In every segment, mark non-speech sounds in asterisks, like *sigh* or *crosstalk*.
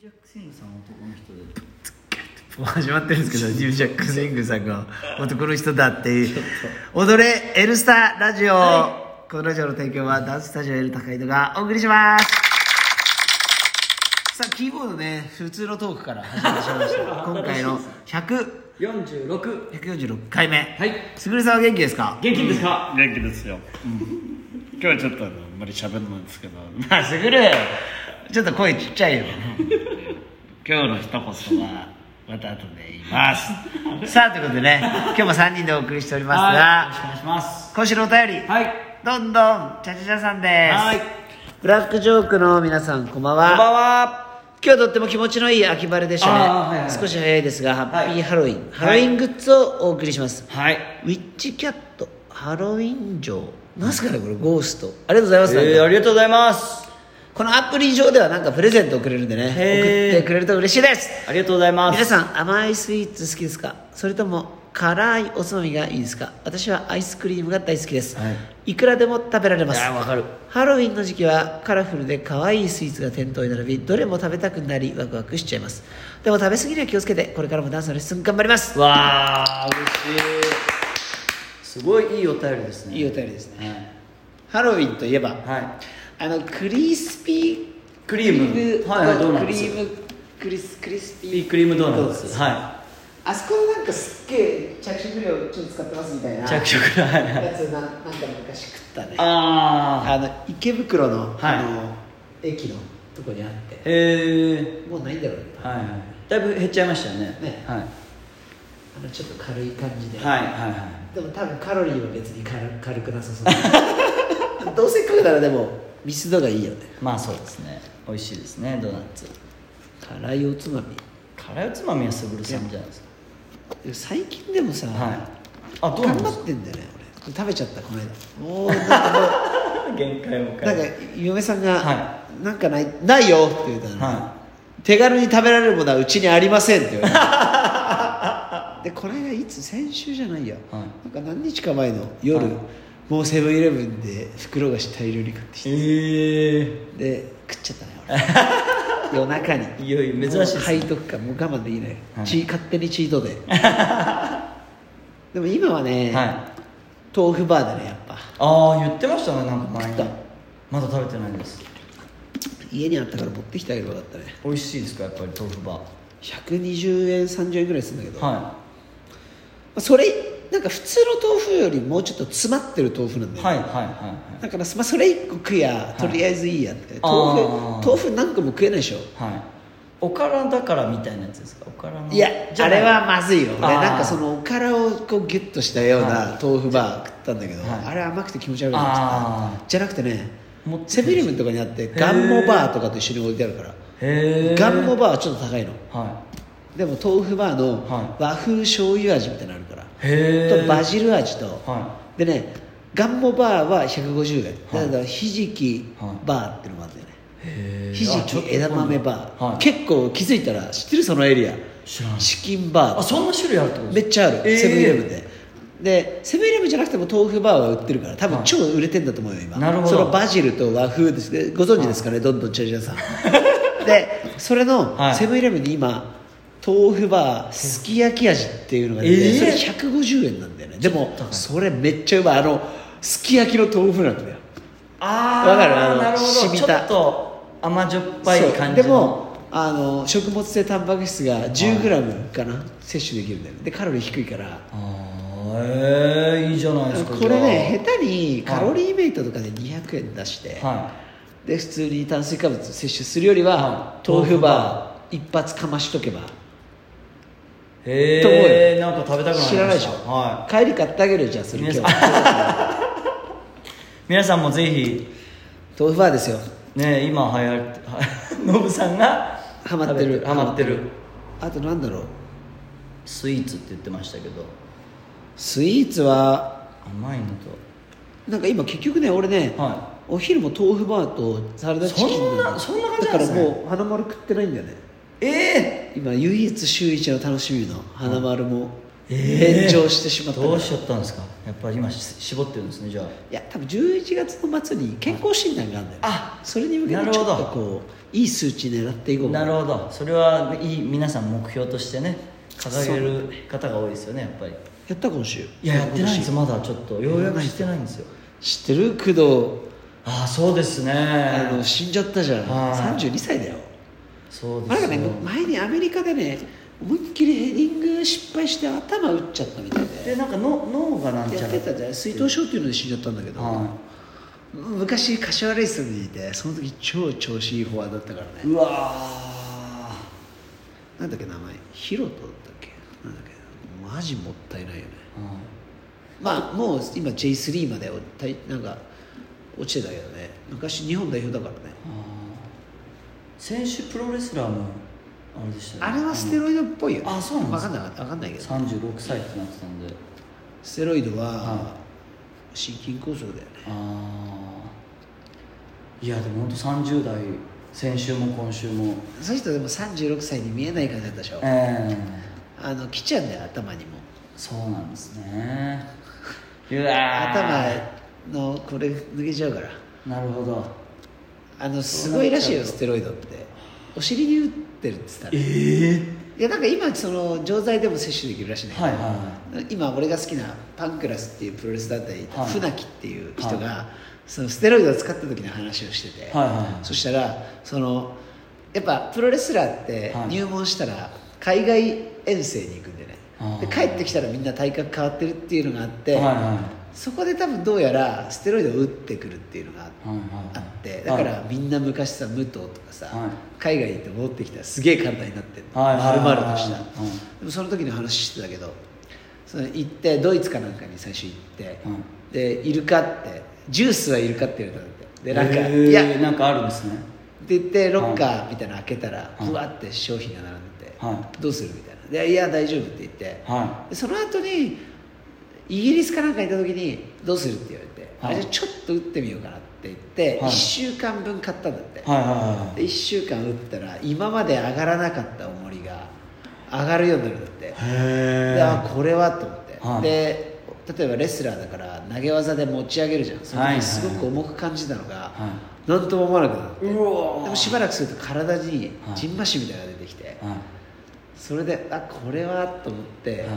ジャック・セインさんは男の人でもう始まってるんですけど、ジム・ジャック・スイングさんが男の人だっていう。踊れ、エルスタラジオ、このラジオの提供はダンススタジオエル・タカイドがお送りします。さあ、キーボードね、普通のトークから始まってしまいました。今回の100、 46 146回目。はいすぐるさんは元気ですか元気ですか、元気ですよ、今日はちょっとあのあんまり喋らないんですけどまあすぐるちょっと声ちっちゃいよ。今日の一言はまた後で言います *laughs* さあ、ということでね、今日も3人でお送りしておりますはいよろがし、くお願いします今週のお便り、はいどんどんチャチャチャさんですはいブラックジョークの皆さんこんばんはこんばんは今日とっても気持ちのいい秋晴れでしたね、あーはいはい少し早いですがハッはピーいハロウィン、いハロウィングッズをお送りします、はいウィッチキャットハロウィン城なんすかねこれゴーストありがとうございます、えー、ありがとうございますこのアプリ上ではなんかプレゼントをくれるんでね送っへーてくれると嬉しいですありがとうございま皆すさん甘いスイーツ好きですかそれとも辛いおつまみがいいですか私はアイスクリームが大好きです、、はいくらでも食べられますいやわかるハロウィンの時期はカラフルで可愛いスイーツが店頭に並びどれも食べたくなりワクワクしちゃいますでも食べ過ぎには気をつけてこれからもダンスのレッスン頑張りますわあ嬉しいすごいいいお便りですねいいお便りですねハロウィンといえば、はいあのクリスピークリームはいはいドーナツクリームクリスクリスピいいークリームドーナツはあそこのなんかすっげえ着色料ちょっと使ってますみたいない着色料はいはいやつななんか昔食ったねあああの池袋の,、はいあの駅のとこにあってへえもうないんだろうねはいはいだいぶ減っちゃいましたよねねはいあのちょっと軽い感じで、はいはいはいでも多分カロリーは別に軽軽くなさそう *laughs* どうせ食うならでもミスドがいいよねまあそうですね美味しいですねドーナツ辛いおつまみ辛いおつまみはすぐるさんじゃないですかでも最近でもさ、はいあドーナ頑ツ張ってんだよね俺食べちゃったこの間もうなんかもう限界を *laughs* なんか変え嫁さんが、はなんかないないよって言うたら、は手軽に食べられるものはうちにありませんって言われて *laughs* *laughs* でこの間いつ先週じゃないよ、はいなんか何日か前の夜、はいもうセブンイレブンで袋菓子大量に買ってきええてで食っちゃったね *laughs* 俺夜中にいよいよ珍しいですねもう背徳感もう我慢できない、はいチー勝手にチート *laughs* ででも今はね、はい豆腐バーだねやっぱああ言ってましたねなんか前に食ったまだ食べてないんです家にあったから持ってきてあげればよかったね美味しいですかやっぱり豆腐バ120円30円ぐらいするんだけど、まはあそれなんか普通の豆腐よりもうちょっと詰まってる豆腐なんいだよ、はいはいはいはいだから、まあ、それ1個食いやとりあえずいいやって、あー豆腐豆腐何個も食えないでしょはいおからだからみたいなやつですかおからのいやじあゃないれはまずいよ俺あーなんかそのおからをこうギュッとしたようなは豆腐バー食ったんだけど、はいあれ甘くて気持ち悪いあじゃなくてね持ってきセてブンイレブンとかにあってガンモバーとかと一緒に置いてあるからへえガンモバーはちょっと高いのはでも豆腐バーのは和風醤油味みたいなのあるから、いへえとバジル味と、はでねガンモバーは150円、はいだからひじきはいバーっていうのもあってね、へえひじき枝豆バー、はい結構気づいたら知ってるそのエリア知らないチキンバあーそんな種類あるってことめっちゃある、えーセブンイレブンででセブンイレブンじゃなくても豆腐バーは売ってるから多分はい超売れてんだと思うよ今なるほどそのバジルと和風ですねご存知ですかね、どんどんチャージャーさん *laughs* でそれのはいセブンイレブンに今豆腐バーすき焼き味っていうのが出て、えーそれ150円なんだよねでも高いそれめっちゃうまいあのすき焼きの豆腐なんだよああわかるあのなるほど染みたちょっと甘じょっぱいそう感じのでもあの食物性タンパク質が 10g かな、摂取できるんだよねでカロリー低いからああええいいじゃないですかこれねじゃ下手にカロリーメイトとかで200円出して、あはで普通に炭水化物摂取するよりは、はい豆腐豆腐ババー一発かましとけばいへと思うえよなんか食べたくなりました知らないでしょ、は帰り買ってあげるよじゃあそれ皆今さ日ん *laughs* い皆さんもぜひ豆腐バーですよね今はやって *laughs* はノブさんがハマってる食べハマってるあとなんだろうスイーツって言ってましたけどスイーツは甘いのとなんか今結局ね俺ね、はお昼も豆腐バーとサラダチキンのそんなそんな感じだなからんですねもう花丸食ってないんだよねええ今唯一週一の楽しみの花丸もええー炎上してしまったどうしちゃったんですかやっぱり今し絞ってるんですねじゃあいや多分11月の末に健康診断があるんだよあそれに向けなてるちょほっどとこういい数値狙っていこうかなるほどそれはいい皆さん目標としてね掲げる方が多いですよねやっぱりやった今週いややってないんです今まだちょっとようやくしてないんですよ週知ってる工藤ああそうですねあの死んじゃったじゃんはい32歳だよそうでなんすかねね前にアメリカでね思いっきりヘディング失敗して頭打っちゃったみたいででなんかの脳がなんちゃらやってたじゃん水頭症っていうので死んじゃったんだけど、は昔柏レイスにいてその時超調子いいフォワードだったからねいうわーなんだっけ名前ヒロトだったっけなんだっけマジもったいないよねまあもう今 J3 までおたいなんか落ちてたけどね昔日本代表だからね先週プロレスラーもあれでしたあれはステロイドっぽいよねあそうなんでわかすんかないわかんないけど36歳ってなってたんでステロイドはは心筋梗塞だよねああいやでも本当30代先週も今週もその人でも36歳に見えない感じだったでしょええあの来ちゃうんだよ頭にもそうなんですねうわ頭ーのこれ抜けちゃうからなるほどあのすごいらしいよステロイドってお尻に打ってるって言ってたねいやなんか今その錠剤でも摂取できるらしいね、はいはいは今俺が好きなパンクラスっていうプロレス団体にいたはい船木っていう人が、はそのステロイドを使った時の話をしてて、はいはいそしたらそのやっぱプロレスラーってはい入門したら海外遠征に行くんでね、あーで帰ってきたらみんな体格変わってるっていうのがあっいて、はいはいはいそこで多分どうやらステロイドを打ってくるっていうのがあって。はいあってだからみんな昔さ武藤とかさ、はい海外行って戻ってきたらすげえ体になってるはいはいはい丸々とした、はいでもその時の話してたけどその行ってドイツかなんかに最初行って、でイルカってジュースはイルカって言われたんだってでなんか、へーいやっなんかあるんですねて言ってロッカーみたいなの開けたら、ふわって商品が並んでて、はどうするみたいなでいや大丈夫って言って、はでその後にイギリスかなんか行った時にどうするって言われて、はいあじゃあちょっと打ってみようかなって言って、は1い週間分買ったんだって、はいはいはいで1週間打ったら今まで上がらなかった重りが上がるようになるんだってへであこれはと思って、はいで例えばレスラーだから投げ技で持ち上げるじゃんそのはいはい時すごく重く感じたのが、はなんとも思わなくなってでうわーもしばらくすると体にはいじんましみたいなのが出てきて、はいそれであこれはと思って、はい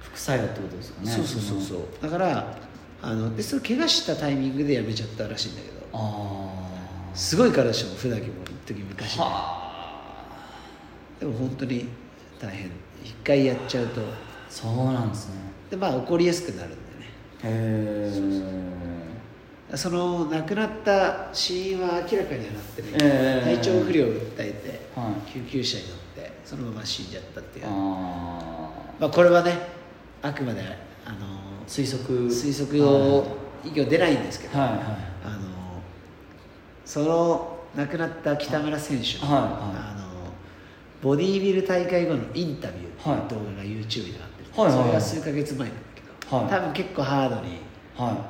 副作用ってことですかねそうそうそうそうだからあのでそれ怪我したタイミングでやめちゃったらしいんだけどあすごい体しても船木も一時昔あねはあでも本当に大変一回やっちゃうとそうなんですねでまあ起こりやすくなるんだよねへその亡くなった死因は明らかにはなってないけど、ええ体調不良を訴えて、は救急車に乗ってそのまま死んじゃったっていえうあまあこれはねあくまであのあ推測推測を意見出ないんですけど、はいはいあのその亡くなった北村選手の,、はいはいあのボディービル大会後のインタビューってはいいう動画が YouTube に上がってる、はいはいはいそれが数ヶ月前なんだけど、はい多分結構ハードにはあの打っ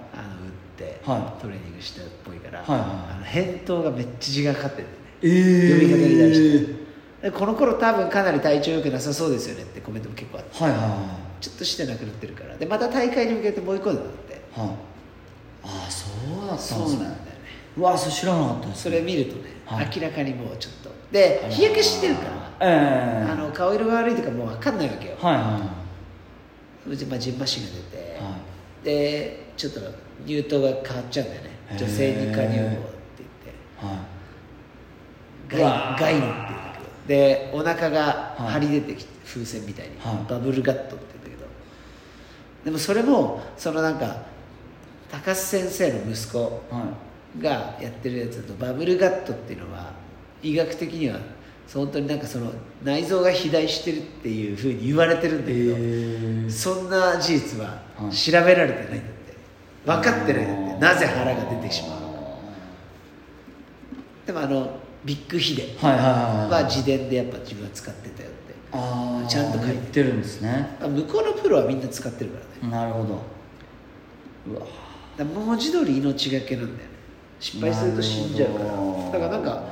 て、はトレーニングしたっぽいから、はいはいあの返答がめっちゃ時間かかってるね、いえ読み方に対えしてでこの頃多分かなり体調良くなさそうですよねってコメントも結構あってはいはちょっとしてなくなってるからでまた大会に向けてもう一個だっていはいああそうだったそんうでなんすだよねねうわそれ知らなかったですそれ見るとね、はい明らかにもうちょっとで日焼けしてるからええあの顔色が悪いとかもう分かんないわけよ、はいはうちまあ、ジンマシンが出て、はでちょっと乳頭が変わっちゃうんだよねへー女性に加乳房っていは言ってうわガイガイノって言うんだけどでお腹がはい張り出てきて、風船みたいに、はいバブルガットって言うんだけどでもそれもそのなんか高須先生の息子いはいがやってるやつだとバブルガットっていうのは医学的にはそう本当になんかその内臓が肥大してるっていうふうに言われてるんだけど、えそんな事実ははい調べられてないんだって分かってないんだってなぜ腹が出てしまうのかでもあのビッグヒデはいはいはいは自伝でやっぱ自分は使ってたよってああちゃんと書いて言ってるんですねあ向こうのプロはみんな使ってるからねなるほどうわだから文字通り命がけなんだよね失敗すると死んじゃうからなるほどだからなんか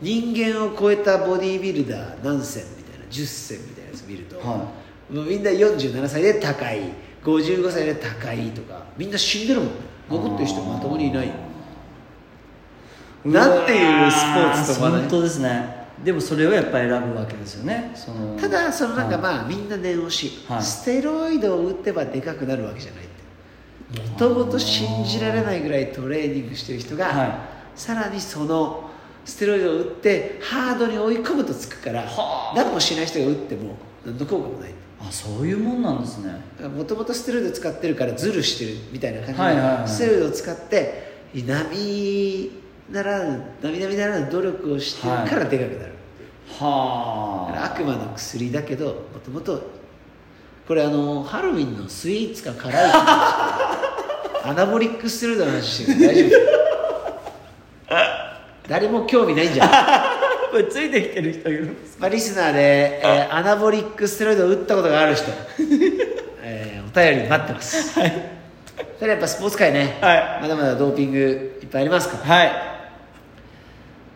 人間を超えたボディービルダー何戦みたいな10戦みたいなやつ見ると、はもうみんな47歳で高い55歳で高いとかみんな死んでるもんね残ってる人まともにいないよなんていうスポーツとうわまーだ本当ですねでもそれをやっぱり選ぶわけですよねそのただそのなんかはいまあみんな念押し、はいステロイドを打てばでかくなるわけじゃないってもともと信じられないぐらいトレーニングしてる人が、はいさらにそのステロイドを打ってハードに追い込むとつくから何もしない人が打っても何の効果もないあそういうもんなんですねもともとステロイド使ってるからズルしてるみたいな感じで、はいはいはいステロイドを使って並ならぬ並々ならぬ努力をしてるからでかくなる、だからはあ悪魔の薬だけどもともとこれあのハロウィンのスイーツか辛い *laughs* かの話アナボリックステロイドの話してる大丈夫です誰も興味ないんじゃん、これついてきてる人いるんですまあ、リスナーで、えーアナボリックステロイドを打ったことがある人、 *laughs* えーお便り待ってます、それやっぱスポーツ界ね、はまだまだドーピングいっぱいありますからはい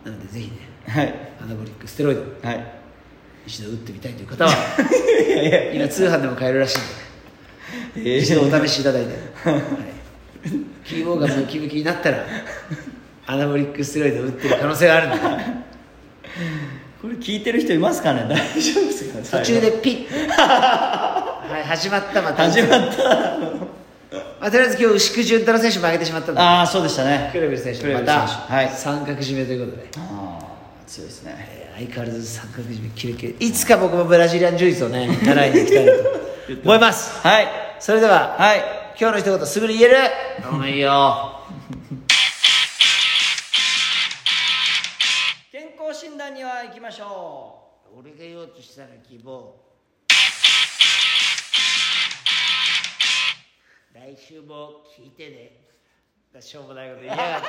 なのでぜひねはいアナボリックステロイドはい一度打ってみたいという *laughs* 方は今通販でも買えるらしいんでえ一ー度お試しいただいて、はい、 *laughs* キーボーがムキムキになったらアナボリックステロイドを打ってる可能性があるんでこれ聞いてる人いますかね *laughs* 大丈夫ですか途ね中でピッはい始まったまた始まったまあ、とりあえず今日牛久潤太郎選手負けてしまったのでああそうでしたねクレベル選手クレまベルた選手はい三角締めということで、ああ強いですねえー相変わらず三角締めキレキレいつか僕もブラジリアン柔術をね習いに行きたいな *laughs* と思いますはいそれでは、はい今日の一言すぐに言えるおいいよ健康診断には行きましょう俺が言おうとしたら希望来週も聞いてねしょうもないこと言いやがって